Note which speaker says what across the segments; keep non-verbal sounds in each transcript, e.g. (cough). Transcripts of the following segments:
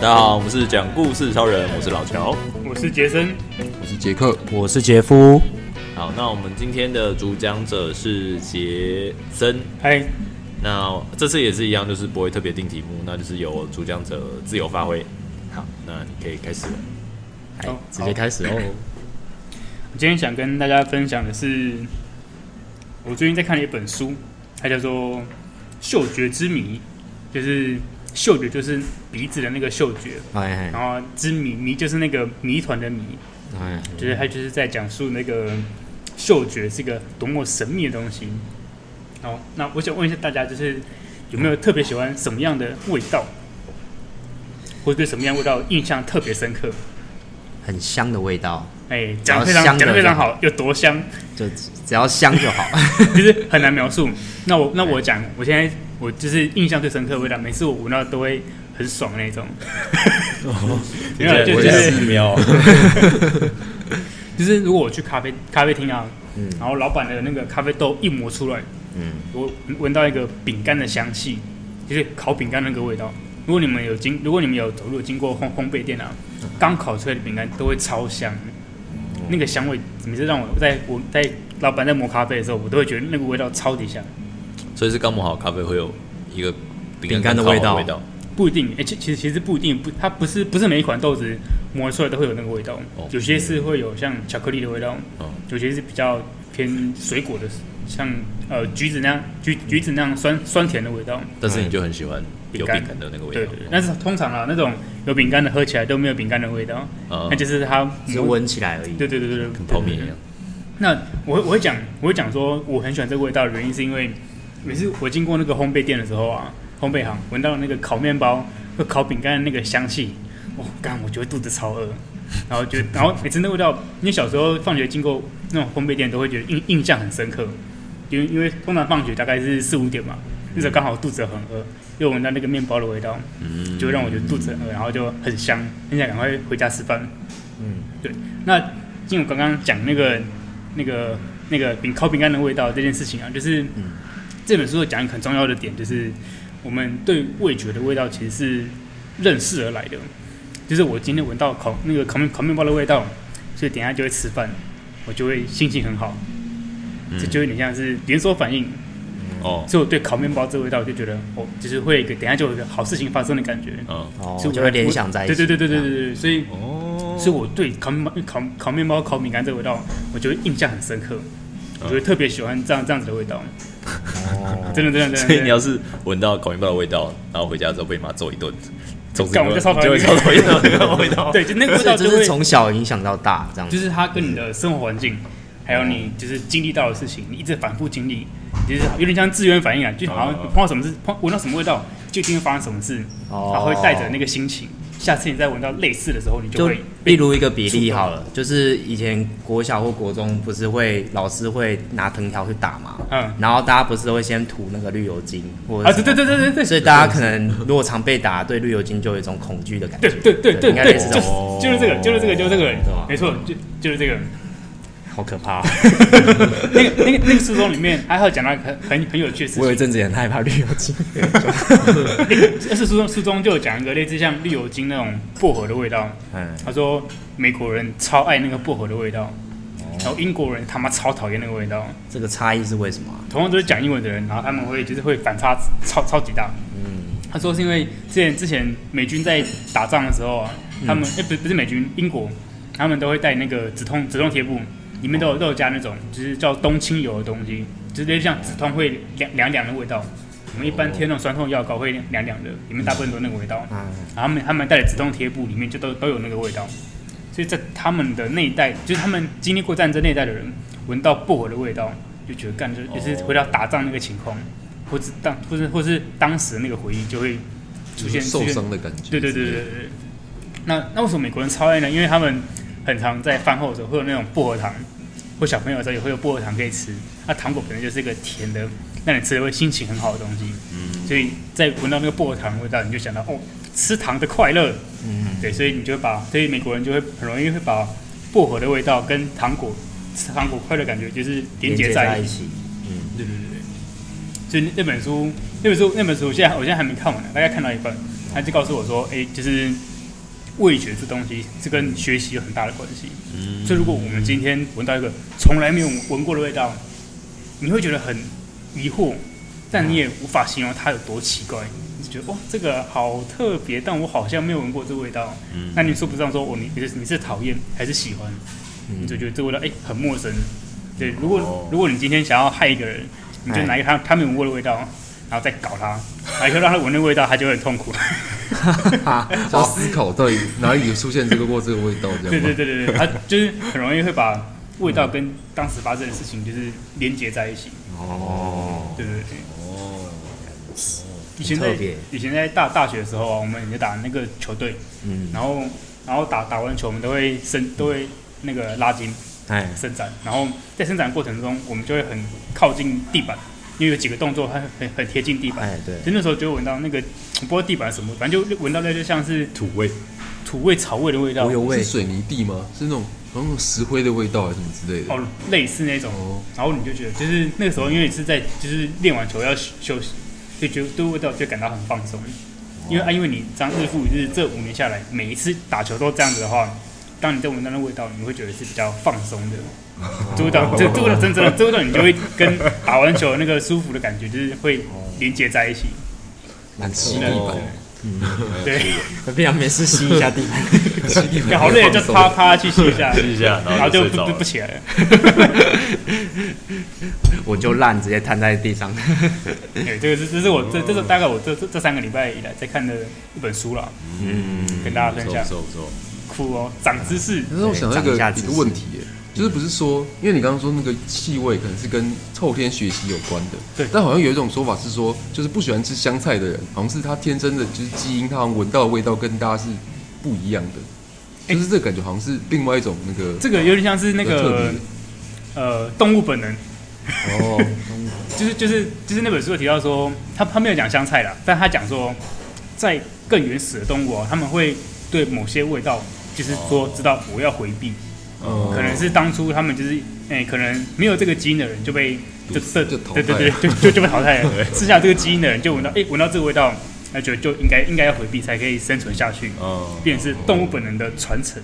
Speaker 1: 大家好，我们是讲故事超人，我是老乔。
Speaker 2: 我是杰森，
Speaker 3: 我是杰克，
Speaker 4: 我是杰夫，
Speaker 1: 好，那我们今天的主讲者是杰森。
Speaker 2: 嗨，
Speaker 1: 那这次也是一样，就是不会特别定题目，那就是由主讲者自由发挥。好，那你可以开始了。
Speaker 2: 好，
Speaker 4: 直接
Speaker 2: 好
Speaker 4: 开始哦。
Speaker 2: 我今天想跟大家分享的是，我最近在看了一本书，它叫做《嗅觉之谜》，就是嗅觉就是鼻子的那个嗅觉，
Speaker 4: 哎
Speaker 2: 然后之谜谜就是那个谜团的谜，
Speaker 4: 哎，
Speaker 2: 就是它就是在讲述那个嗅觉是个多么神秘的东西。好，那我想问一下大家，就是有没有特别喜欢什么样的味道，或者对什么样的味道印象特别深刻？
Speaker 4: 很香的味道，
Speaker 2: 哎，讲得非
Speaker 4: 只要
Speaker 2: 常
Speaker 4: 香的
Speaker 2: 讲得非常
Speaker 4: 就好
Speaker 2: 好，有多香？
Speaker 4: 就只只要香
Speaker 2: (laughs)
Speaker 4: 就好。
Speaker 2: 其实很难描述。那我那我讲，我现在我就是印象最深刻的味道，每次我闻到都会很爽那种。 (laughs) 没有，啊就
Speaker 1: 哦我
Speaker 2: 就
Speaker 1: 也
Speaker 2: 是
Speaker 1: 是喵。
Speaker 2: 就是如果我去咖啡咖啡厅啊，
Speaker 4: 嗯
Speaker 2: 然后老板的那个咖啡豆一磨出来，
Speaker 4: 嗯，
Speaker 2: 我闻到一个饼干的香气，就是烤饼干那个味道。如果你们有经，如果你们有走路经过烘烘焙店啊，
Speaker 4: 嗯
Speaker 2: 刚烤出来的饼干都会超香，那个香味每次让我在我在老板在磨咖啡的时候，我都会觉得那个味道超级香。
Speaker 1: 所以是刚磨好咖啡会有一个
Speaker 4: 饼干的
Speaker 1: 跟
Speaker 4: 味
Speaker 1: 烤好
Speaker 4: 道
Speaker 1: 味道。
Speaker 2: 不一定，哎、其其实其实不一定，不，它不是不是每一款豆子磨出来都会有那个味道，
Speaker 1: 哦
Speaker 2: 有些是会有像巧克力的味道，
Speaker 1: 哦
Speaker 2: 有些是比较偏水果的，像呃橘子那样橘橘子那样酸酸甜的味道。
Speaker 1: 但是你就很喜欢有
Speaker 2: 饼干
Speaker 1: 饼干的那个味
Speaker 2: 对
Speaker 1: 道哦
Speaker 2: 对，对，但是通常啊，那种有饼干的喝起来都没有饼干的味道，
Speaker 1: 啊
Speaker 2: 那，就是它
Speaker 4: 只
Speaker 2: 磨。
Speaker 4: 闻起来而已。
Speaker 2: 对对对对对，
Speaker 1: 跟泡面一样。
Speaker 2: 那我会我会讲，我会讲说我很喜欢这个味道的原因，是因为每次我经过那个烘焙店的时候啊，烘焙行闻到那个烤面包和烤饼干的那个香气，哦，干，我觉得肚子超饿，然后就然后每次那味道，因为小时候放学经过那种烘焙店，都会觉得印印象很深刻，因为因为通常放学大概是四五点嘛，那时候刚好肚子很饿，又闻到那个面包的味道，
Speaker 1: 嗯，
Speaker 2: 就会让我觉得肚子很饿，然后就很香，很想赶快回家吃饭。
Speaker 4: 嗯，
Speaker 2: 对。那因为我刚刚讲那个那个那个饼烤饼干的味道这件事情啊，就是、
Speaker 4: 嗯
Speaker 2: 这本书有讲一个很重要的点，就是我们对味觉的味道其实是认识而来的。就是我今天闻到烤那个烤面烤面包的味道，所以等一下就会吃饭，我就会心情很好。
Speaker 4: 嗯
Speaker 2: 这就有点像是连锁反应，
Speaker 1: 哦，
Speaker 2: 所以我对烤面包这味道就觉得哦，就是会有一个等一下就有一个好事情发生的感觉。
Speaker 1: 嗯，
Speaker 4: 哦，
Speaker 2: 所以我
Speaker 4: 就会联想在一起。
Speaker 2: 对对对对对对对，所以
Speaker 1: 哦，
Speaker 2: 所以我对烤面包、烤烤面包、烤饼干这个味道，我觉得印象很深刻，
Speaker 1: 嗯
Speaker 2: 我觉得特别喜欢这样这样子的味道，
Speaker 4: 哦，
Speaker 2: 真的真的真的。
Speaker 1: 所以
Speaker 2: 真
Speaker 1: 你
Speaker 2: 的
Speaker 1: 要是闻到烤面包的味道，然后回家之后被你妈揍一顿，总之
Speaker 2: 干
Speaker 1: 你
Speaker 2: 我
Speaker 1: 会
Speaker 2: 就超讨
Speaker 1: 就
Speaker 2: 厌
Speaker 1: 会超讨厌那 (laughs) 个味道。
Speaker 2: 对，就那个味
Speaker 4: 所
Speaker 2: 道
Speaker 4: 以
Speaker 2: 就
Speaker 4: 这
Speaker 2: 会
Speaker 4: 是，从小影响到大，这样
Speaker 2: 就是它跟你的生活环境，还有你就是经历到的事情，你一直反复经历，就是有点像自愿反应啊，就好像
Speaker 1: 哦
Speaker 2: 碰到什么事，碰闻到什么味道，就一定会发生什么事，
Speaker 4: 哦
Speaker 2: 然后会带着那个心情，下次你再闻到类似的时候，你就
Speaker 4: 就
Speaker 2: 会
Speaker 4: 例
Speaker 2: 被
Speaker 4: 如一个比例好了，就是以前国小或国中不是会老师会拿藤条去打嘛，
Speaker 2: 嗯
Speaker 4: 然后大家不是都会先涂那个绿油精或者
Speaker 2: 啊，
Speaker 4: 什
Speaker 2: 对
Speaker 4: 么
Speaker 2: 对对对对对，
Speaker 4: 所以大家可能如果常被打，对绿油精就有一种恐惧的感
Speaker 2: 对
Speaker 4: 觉。
Speaker 2: 对对对
Speaker 4: 应该
Speaker 2: 对，
Speaker 4: 类
Speaker 2: 就
Speaker 4: 似
Speaker 2: 是
Speaker 4: 这种，哦
Speaker 2: 就是这个，就是这个，就是这个
Speaker 4: 对吧，
Speaker 2: 没错，就就是这个。
Speaker 4: 好可怕哦。
Speaker 2: 那个那个那个书中里面，还有讲到一个很很很有趣的事
Speaker 4: 我有一
Speaker 2: 情。
Speaker 4: 阵子也很害怕绿油精。
Speaker 2: 但是书中书中就有讲一个类似像绿油精那种薄荷的味道。
Speaker 4: 嗯，
Speaker 2: 他说美国人超爱那个薄荷的味道，
Speaker 4: 哦
Speaker 2: 然后英国人他妈超讨厌那个味道。
Speaker 4: 这个差异是为什么啊？
Speaker 2: 同样都是讲英文的人，然后他们会就是会反差超超级大。嗯，他说是因为之前之前美军在打仗的时候啊，他们哎、诶不是不是美军，英国他们都会带那个止痛止痛贴布，里面都有都有加那种就是叫冬青油的东西，直接像止痛会凉凉凉的味道。我们一般贴那种酸痛药膏会凉凉的，里面大部分都那个味道。
Speaker 4: 嗯
Speaker 2: 然后他们他们带的止痛贴布里面就都都有那个味道，所以在他们的那一代，就是他们经历过战争那一代的人，闻到薄荷的味道，就觉得干就
Speaker 3: 哦
Speaker 2: 就是回到打仗那个情况，或是当或是或是当时那个回忆就会出现
Speaker 3: 受
Speaker 2: 出现
Speaker 3: 伤的感觉。
Speaker 2: 对对对对对。对。那那为什么美国人超爱呢？因为他们很常在饭后的时候会有那种薄荷糖，或小朋友的时候也会有薄荷糖可以吃。那糖果本身就是一个甜的，让你吃了会心情很好的东西。嗯。所以在闻到那个薄荷糖的味道，你就想到哦，吃糖的快乐。嗯。对，所以你就会把，所以美国人就会很容易会把薄荷的味道跟糖果吃糖果快乐感觉就是连接在一起。
Speaker 4: 起。
Speaker 2: 对对对对。就那那本书，那本书那本书，我现在我现在还没看完呢，大概看到一半，他就告诉我说，哎、就是味觉这东西是跟学习有很大的关系。
Speaker 1: 嗯
Speaker 2: 所以如果我们今天闻到一个从来没有闻过的味道，你会觉得很疑惑，但你也无法形容它有多奇怪。你就觉得哇，这个好特别，但我好像没有闻过这味道。
Speaker 1: 嗯
Speaker 2: 那你说不上说，我哦你你是你是讨厌还是喜欢？你就觉得这味道哎、很陌生。对，如果、
Speaker 1: 哦
Speaker 2: 如果你今天想要害一个人，你就拿一个他他没闻过的味道，然后再搞
Speaker 1: (laughs)
Speaker 2: 他，然后以后让他闻那味道，他就会很痛苦。 (laughs)
Speaker 3: 哈要思考到底哪里有出现这个过这个味道这样吗？
Speaker 2: 对对对对对，他就是很容易会把味道跟当时发生的事情就是连接在一起。
Speaker 1: 哦
Speaker 2: 对对对。
Speaker 1: 哦，
Speaker 2: 以前在
Speaker 4: 特别
Speaker 2: 以前在大大学的时候啊，我们也打那个球队，
Speaker 4: 嗯，
Speaker 2: 然后然后打打完球，我们都会伸都会那个拉筋
Speaker 4: 哎，
Speaker 2: 伸展，然后在伸展过程中，我们就会很靠近地板，因为有几个动作它很很贴近地板。
Speaker 4: 哎，对，
Speaker 2: 就那时候就闻到那个，我不知道地板是什么，反正就闻到那就像是
Speaker 1: 土味，
Speaker 2: 土味、草味的味道，
Speaker 4: 我有
Speaker 3: 是
Speaker 4: 味，
Speaker 3: 水泥地吗？是那种好像那种石灰的味道还是什么之类的？
Speaker 2: 哦，类似那种。
Speaker 3: 哦，
Speaker 2: 然后你就觉得，就是那个时候，因为是在就是练完球要休休息，就觉得对味道就感到很放松。因
Speaker 1: 哦
Speaker 2: 为啊，因为你这样日复一日，这五年下来，每一次打球都这样子的话，当你在闻到那味道，你会觉得是比较放松
Speaker 1: (laughs)
Speaker 2: 的。这味
Speaker 1: 哦
Speaker 2: 道，这这味道真真的，这味道你就会跟打完球那个舒服的感觉，就是会连接在
Speaker 1: (laughs)
Speaker 2: 一起。
Speaker 3: 很吸地
Speaker 2: 哦
Speaker 3: 板，
Speaker 2: 对，
Speaker 4: 平常没事吸一下地板，
Speaker 3: 吸地
Speaker 4: (laughs)
Speaker 3: 板，
Speaker 2: 好累，就趴趴去吸一
Speaker 1: (laughs)
Speaker 2: 下，
Speaker 1: 试一下，
Speaker 2: 然
Speaker 1: 然
Speaker 2: 后
Speaker 1: 后
Speaker 2: 就
Speaker 1: 睡
Speaker 2: 不
Speaker 1: 着
Speaker 2: 不
Speaker 1: 了
Speaker 2: 不。起来了。
Speaker 4: 我就烂，直接瘫在地上。
Speaker 2: 对，这个是这是我这这是大概我这这这三个礼拜以来在看的一本书了，
Speaker 4: 嗯，
Speaker 2: 跟大家
Speaker 1: 不
Speaker 2: 分
Speaker 1: 错
Speaker 2: 享
Speaker 1: 不。错不错，
Speaker 2: 酷哦，长知识。
Speaker 3: 可是我想到一
Speaker 4: 对
Speaker 3: 个
Speaker 4: 长一下
Speaker 3: 一
Speaker 4: 知识
Speaker 3: 个问题耶，就是不是说，因为你刚刚说那个气味可能是跟后天学习有关的，
Speaker 2: 对
Speaker 3: 但好像有一种说法是说，就是不喜欢吃香菜的人，好像是他天生的，就是基因，他好像闻到的味道跟大家是不一样的，就是这个感觉好像是另外一种那个
Speaker 2: 这个有点像是那
Speaker 3: 比较特
Speaker 2: 个
Speaker 3: 别
Speaker 2: 呃动物本能，
Speaker 3: 哦，
Speaker 2: 就是就是就是那本书有提到说，他他没有讲香菜啦，但他讲说，在更原始的动物哦，他们会对某些味道，就是说知道我要回避，
Speaker 3: 哦
Speaker 2: 可能是当初他们就是哎、可能没有这个基因的人就被就这
Speaker 3: 就淘汰
Speaker 2: 对对对就就就被淘汰了，剩下这个基因的人就闻到哎闻、到这个味道，那就就应该应该要回避才可以生存下去。
Speaker 1: 嗯，
Speaker 2: 便是动物本能的传承。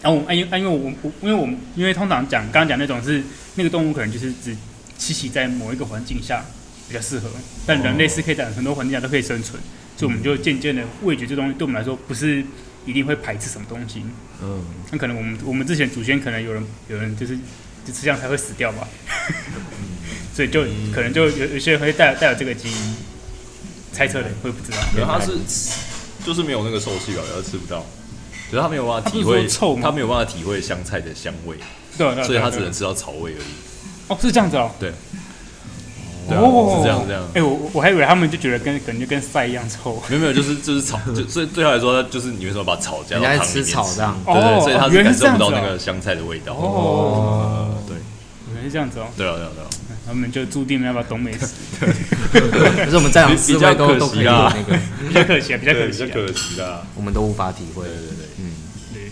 Speaker 2: 然后我们，啊因为啊因为我我因为我们因为通常讲刚刚讲那种是那个动物可能就是只栖息在某一个环境下比较适合，但人类是可以在很多环境下都可以生存，所以我们就渐渐的味觉这东西对我们来说不是一定会排斥什么东西。
Speaker 3: 嗯，
Speaker 2: 那可能我们我们之前祖先可能有人有人就是就吃香才会死掉吧， (laughs) 所以就可能就有有些人会带带有这个基因，猜测的会不知道。
Speaker 1: 可能他是就是没有那个受气吧，他吃不到，可是他没有办法体
Speaker 2: 他不是
Speaker 1: 会
Speaker 2: 说臭吗
Speaker 1: 他没有办法体会香菜的香味，
Speaker 2: 对啊，对啊
Speaker 1: 所以他只
Speaker 2: 对啊
Speaker 1: 能吃到草味而已。
Speaker 2: 哦是这样子哦。
Speaker 1: 对，对啊，
Speaker 2: 哦，
Speaker 1: 是这样是这样
Speaker 2: 哎、。我我我还以为他们就觉得跟感觉跟晒一样臭。
Speaker 1: 没有没有，就是就是草，就所以对他来说，他就是你为什么把草加
Speaker 4: 人
Speaker 1: 到汤
Speaker 4: 家在
Speaker 1: 里面
Speaker 4: 吃草这样，
Speaker 1: 对对，
Speaker 2: 哦
Speaker 1: 所以他是
Speaker 2: 原来
Speaker 1: 感
Speaker 2: 是
Speaker 1: 受
Speaker 2: 这样
Speaker 1: 不
Speaker 2: 子
Speaker 1: 到
Speaker 2: 哦
Speaker 1: 那个香菜的味道。
Speaker 2: 哦，
Speaker 1: 呃，对，
Speaker 2: 原来是这样子哦，
Speaker 1: 对啊，对啊，对啊，
Speaker 2: 他们就注定没办法懂
Speaker 1: (laughs)
Speaker 2: 美食，
Speaker 4: (laughs) 可是我们在场
Speaker 1: 比
Speaker 4: 四
Speaker 1: 比较
Speaker 4: 位都
Speaker 1: 可
Speaker 4: 都
Speaker 1: 惜
Speaker 4: 可以有
Speaker 1: 啦
Speaker 4: 那个，
Speaker 2: 比较可惜啊，比较可
Speaker 1: 对，比
Speaker 2: 惜、啊。
Speaker 1: 较可惜啦。
Speaker 4: 我们都无法体会
Speaker 1: 对，对对，
Speaker 2: 对，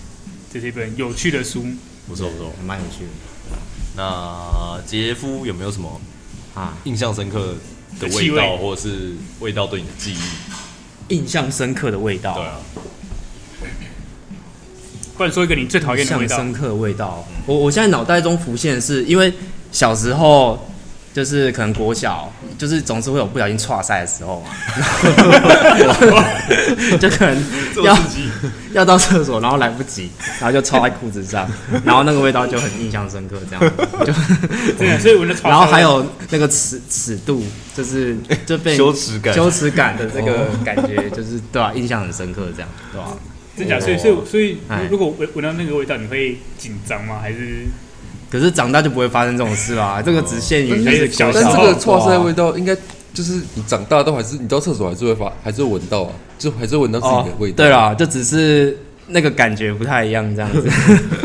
Speaker 2: 这是一本有趣的书。
Speaker 1: 不错不错。
Speaker 4: 还蛮有趣的
Speaker 1: 那杰夫有没有什么
Speaker 4: 啊。
Speaker 1: 印象深刻的
Speaker 2: 气
Speaker 1: 味
Speaker 2: 味
Speaker 1: 道，或者是味道对你的记忆？
Speaker 4: 印象深刻的味道，
Speaker 1: 对啊，
Speaker 2: 不然说一个你最讨厌
Speaker 4: 印
Speaker 2: 的味
Speaker 4: 象
Speaker 2: 道
Speaker 4: 深刻的味道。我我现在脑袋中浮现的是，因为小时候就是可能国小，就是总是会有不小心岔赛的时候嘛， (laughs) 就可能要 (laughs) 要到厕所，然后来不及，然后就抄在裤子上，然后那个味道就很印象深刻，这样就。
Speaker 2: 真的，所以我就
Speaker 4: 然后还有那个尺尺度，就是就被
Speaker 1: 羞耻感哦
Speaker 4: 羞耻感的这个感觉，就是对吧、印象很深刻，这样对啊吧、
Speaker 2: 真假，所
Speaker 1: 哦
Speaker 2: 以所以所以
Speaker 4: 哎
Speaker 2: 如果闻闻到那个味道，你会紧张吗？还是
Speaker 4: 可是长大就不会发生这种事啦，这个只限于就
Speaker 2: 哎
Speaker 4: 是
Speaker 2: 小
Speaker 4: 国
Speaker 3: 但
Speaker 4: 小啊
Speaker 3: 这个错塞味道应该就是你长大都还是你到厕所还是会发，还是会闻到啊，就还是会闻到自己
Speaker 2: 哦
Speaker 3: 的味道。
Speaker 4: 哦对，啦，就只是那个感觉不太一样，这样子，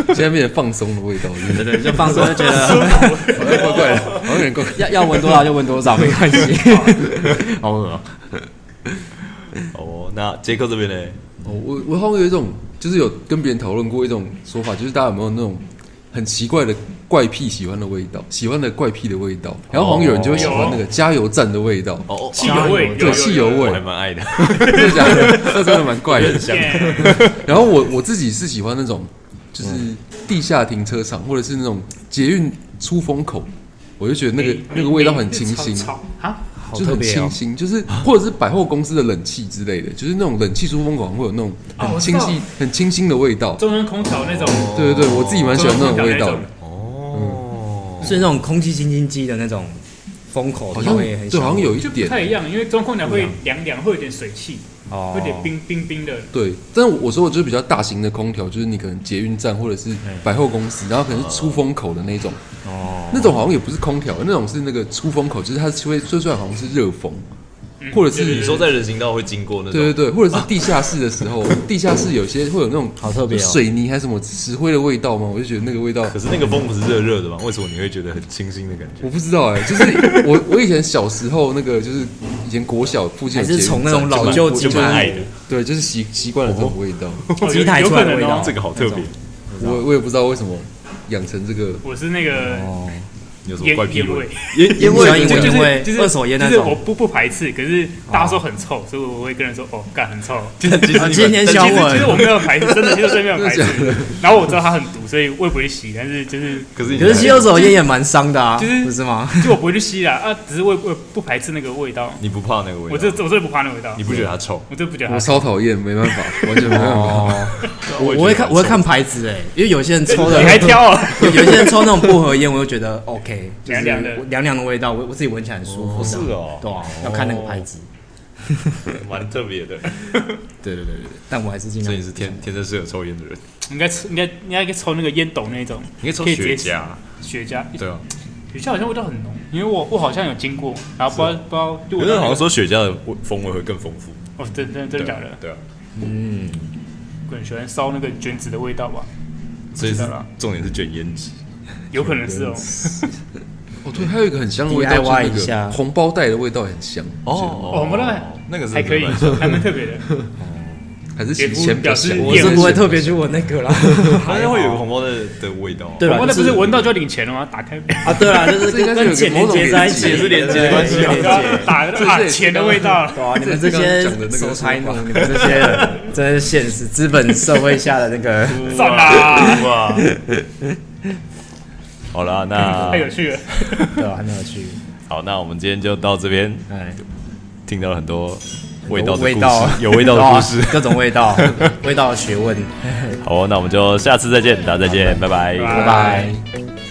Speaker 3: 现在变成放松的味道，是不
Speaker 4: 对
Speaker 3: 是
Speaker 4: 对，就放松就觉得
Speaker 3: 好像怪怪的，好像有点怪怪的。
Speaker 4: 要要闻多少就闻多少，没关系，好恶哦、
Speaker 1: 哦，那杰克这边呢？
Speaker 3: 哦，我我好像有一种，就是有跟别人讨论过一种说法，就是大家有没有那种很奇怪的怪癖喜欢的味道，喜欢的怪癖的味道，然后好像有人就会喜欢那个加油站的味道，
Speaker 1: 哦，
Speaker 2: 汽油味，
Speaker 3: 对
Speaker 2: 有
Speaker 3: 汽油
Speaker 1: 我
Speaker 3: 味
Speaker 1: 还，蛮爱的，
Speaker 3: (laughs) 真的假的？那真的蛮怪的。
Speaker 2: Yeah
Speaker 3: 然后我我自己是喜欢那种，就是地下停车场或者是那种捷运出风口，我就觉得那个
Speaker 2: 哎
Speaker 3: 那个味道很清新，
Speaker 2: 超超啊，
Speaker 4: 好
Speaker 3: 就
Speaker 4: 特
Speaker 3: 很
Speaker 4: 别
Speaker 3: 清
Speaker 4: 哦。
Speaker 3: 新，就是或者是百货公司的冷气之类的，就是那种冷气出风口好像会有那种
Speaker 2: 哦
Speaker 3: 很
Speaker 2: 我知
Speaker 3: 清
Speaker 2: 道
Speaker 3: 新、很清新的味道。
Speaker 2: 中央空调那种，
Speaker 3: 对对对，我自己蛮喜欢那种味道的
Speaker 2: 中央空调那种。
Speaker 1: 哦，
Speaker 4: 所以那种空气清新机的那种风口，
Speaker 3: 好
Speaker 4: 它
Speaker 3: 像
Speaker 4: 会很
Speaker 3: 对，
Speaker 4: 香
Speaker 3: 好像有一
Speaker 2: 就不
Speaker 3: 点
Speaker 2: 太一样，因为中央空调会凉凉，会有点水汽，
Speaker 4: 哦，
Speaker 2: 会有点冰冰冰的。
Speaker 3: 对，但是我说我就是比较大型的空调，就是你可能捷运站或者是百货公司，然后可能是出风口的那种，
Speaker 4: 哦，
Speaker 3: 那种好像也不是空调，那种是那个出风口，就是它是会虽然好像是热风，
Speaker 2: 嗯
Speaker 3: 或者是
Speaker 2: 对对
Speaker 1: 你说在人行道会经过那
Speaker 3: 对对
Speaker 1: 种，
Speaker 3: 对，或者是地下室的时候，地下室有些会有那种
Speaker 4: 好特别哦
Speaker 3: 水泥还是什么石灰的味道吗？我就觉得那个味道
Speaker 1: 可是那个风不是热热的吗？为什么你会觉得很清新的感觉？
Speaker 3: 我不知道哎、就是我 (laughs) 我以前小时候那个就是以前国小附近
Speaker 4: 还
Speaker 3: 的
Speaker 4: 是
Speaker 3: 捷运
Speaker 4: 从那
Speaker 3: 站
Speaker 4: 种
Speaker 3: 就
Speaker 4: 老
Speaker 3: 蛮
Speaker 4: 旧
Speaker 1: 就
Speaker 4: 机
Speaker 1: 蛮爱
Speaker 4: 台，
Speaker 1: 的，
Speaker 3: 对，就是习习惯了这种味道，
Speaker 2: 哦
Speaker 4: 机台
Speaker 2: 有
Speaker 4: 出来的
Speaker 2: 有
Speaker 4: 味
Speaker 2: 可能
Speaker 4: 道
Speaker 2: 哦，
Speaker 1: 这个好特别
Speaker 4: 那种。
Speaker 3: 我我也不知道为什么养成这个
Speaker 2: 我是那个
Speaker 4: 哦，
Speaker 1: 你有什么
Speaker 2: 烟
Speaker 1: 怪癖
Speaker 2: 烟
Speaker 1: 味
Speaker 2: 味？，
Speaker 1: 烟
Speaker 4: 烟味
Speaker 2: 就
Speaker 4: 烟
Speaker 2: 就
Speaker 4: 味
Speaker 2: 是就是
Speaker 4: 二手烟那
Speaker 2: 就是
Speaker 4: 种
Speaker 2: 我不不排斥，可是大家说很臭，所以我会跟人说哦，干很臭。
Speaker 1: 其实其实你
Speaker 4: 啊
Speaker 1: 们
Speaker 4: 今天
Speaker 1: 但
Speaker 4: 小
Speaker 1: 其实
Speaker 4: 我
Speaker 2: 其实我没有排斥，真的其实真的没有排斥
Speaker 3: 真的假。
Speaker 2: 然后我知道它很毒，所以我也不会吸，但是就是
Speaker 1: 可是你
Speaker 4: 可是吸二手烟也蛮伤的啊，
Speaker 2: 就是
Speaker 4: 不是吗？
Speaker 2: 就我不会去吸啦啊，只是我也不我也不排斥那个味道。
Speaker 1: 你不怕那个味道？
Speaker 2: 我这我这不怕那个味道，
Speaker 1: 你不觉得它臭？
Speaker 2: 我这不觉得
Speaker 3: 我
Speaker 2: 它。
Speaker 3: 超讨厌，没办法，完全没办法。
Speaker 4: 啊哦，
Speaker 1: 我
Speaker 4: 我
Speaker 1: 也
Speaker 4: 我会
Speaker 1: 觉得
Speaker 4: 看
Speaker 1: 它
Speaker 4: 我会
Speaker 1: 臭
Speaker 4: 看牌子哎，因为有些人抽的
Speaker 2: 你还挑啊？ (laughs)
Speaker 4: (laughs) 有有些人抽那种薄荷烟，我就觉得 OK，就是
Speaker 2: 凉凉的
Speaker 4: 凉凉的味道，我我自己闻起来很舒服。
Speaker 1: 是哦
Speaker 4: 对啊，要看那个牌子。
Speaker 1: 蛮特别的，
Speaker 4: 对对对对，对但我还是尽
Speaker 1: 所
Speaker 4: 量。
Speaker 1: 以你是天天生适合抽烟的人，
Speaker 2: 应该抽应该应该抽那个烟斗那种，
Speaker 1: 你可以抽
Speaker 2: 可以直
Speaker 1: 雪
Speaker 2: 接
Speaker 1: 茄，啊
Speaker 2: 雪茄，
Speaker 1: 对啊，
Speaker 2: 雪茄好像味道很浓，因为我我好像有经过，然后不知道不知
Speaker 1: 可
Speaker 2: 道，就我
Speaker 1: 是好像说雪茄的味风味会更丰富，
Speaker 2: 哦，真真真的
Speaker 1: 对
Speaker 2: 假
Speaker 1: 啊
Speaker 2: 的？
Speaker 1: 对啊，
Speaker 4: 嗯，
Speaker 2: 可能喜欢烧那个卷子的味道吧，
Speaker 1: 所以是
Speaker 2: 知道了
Speaker 1: 重点是卷烟纸，
Speaker 2: 有可能是哦。
Speaker 3: 哦，对，还有一个很香的味道，就是
Speaker 4: DIY
Speaker 3: 那
Speaker 4: 一下
Speaker 3: 个红包袋的味道也很香，
Speaker 1: 哦
Speaker 2: 哦，我们那个
Speaker 1: 那个是
Speaker 2: 还可以
Speaker 1: 蛮
Speaker 2: (laughs)
Speaker 1: 香，
Speaker 2: 还蛮特别
Speaker 1: (laughs)
Speaker 2: 的。
Speaker 3: 还是
Speaker 2: 也
Speaker 3: 洗
Speaker 2: 不
Speaker 3: 钱比较
Speaker 2: 表示
Speaker 3: 香。
Speaker 2: 我
Speaker 4: 我
Speaker 2: 也
Speaker 4: 是
Speaker 2: 很
Speaker 4: 不会特别去闻那个啦。
Speaker 1: 好像会有个红包的的味道，
Speaker 4: 对
Speaker 2: 我
Speaker 4: 啦
Speaker 2: 哦那
Speaker 4: 就
Speaker 2: 不
Speaker 4: 是
Speaker 2: 是闻到就要领钱了吗？打
Speaker 1: (laughs)
Speaker 2: 开，
Speaker 4: 啊，对啦，就是
Speaker 3: 这应该
Speaker 4: 跟
Speaker 3: 是有
Speaker 4: 跟钱连
Speaker 3: 个
Speaker 4: 接在一起，
Speaker 1: 某种连接也是连接的关系啊
Speaker 4: 对对对
Speaker 2: (laughs)
Speaker 1: (laughs)
Speaker 2: 打
Speaker 3: 这
Speaker 2: 打
Speaker 3: 也是
Speaker 2: 钱的味道。
Speaker 4: 对啊，你们
Speaker 3: 这
Speaker 4: 这
Speaker 3: (laughs) 是刚刚讲的
Speaker 4: 些
Speaker 3: 那个
Speaker 4: 守
Speaker 3: (laughs)
Speaker 4: 财奴
Speaker 3: 说，法
Speaker 4: 你们这些人，真是现实资本社会下的那
Speaker 1: (laughs)
Speaker 4: 个。
Speaker 2: 算啊啦
Speaker 1: 哇， (laughs) 好啦，那
Speaker 2: 太有趣了，
Speaker 4: 对啊，还没有去。
Speaker 1: 好，那我们今天就到这边，
Speaker 4: 哎，
Speaker 1: 听到了很多味道的故
Speaker 4: 味
Speaker 1: 事
Speaker 4: 道，
Speaker 1: 有味道的故事
Speaker 4: (laughs) 对啊，各种味道，味道的学问。
Speaker 1: 好哦，那我们就下次再见，大家再见，拜拜
Speaker 4: 拜拜。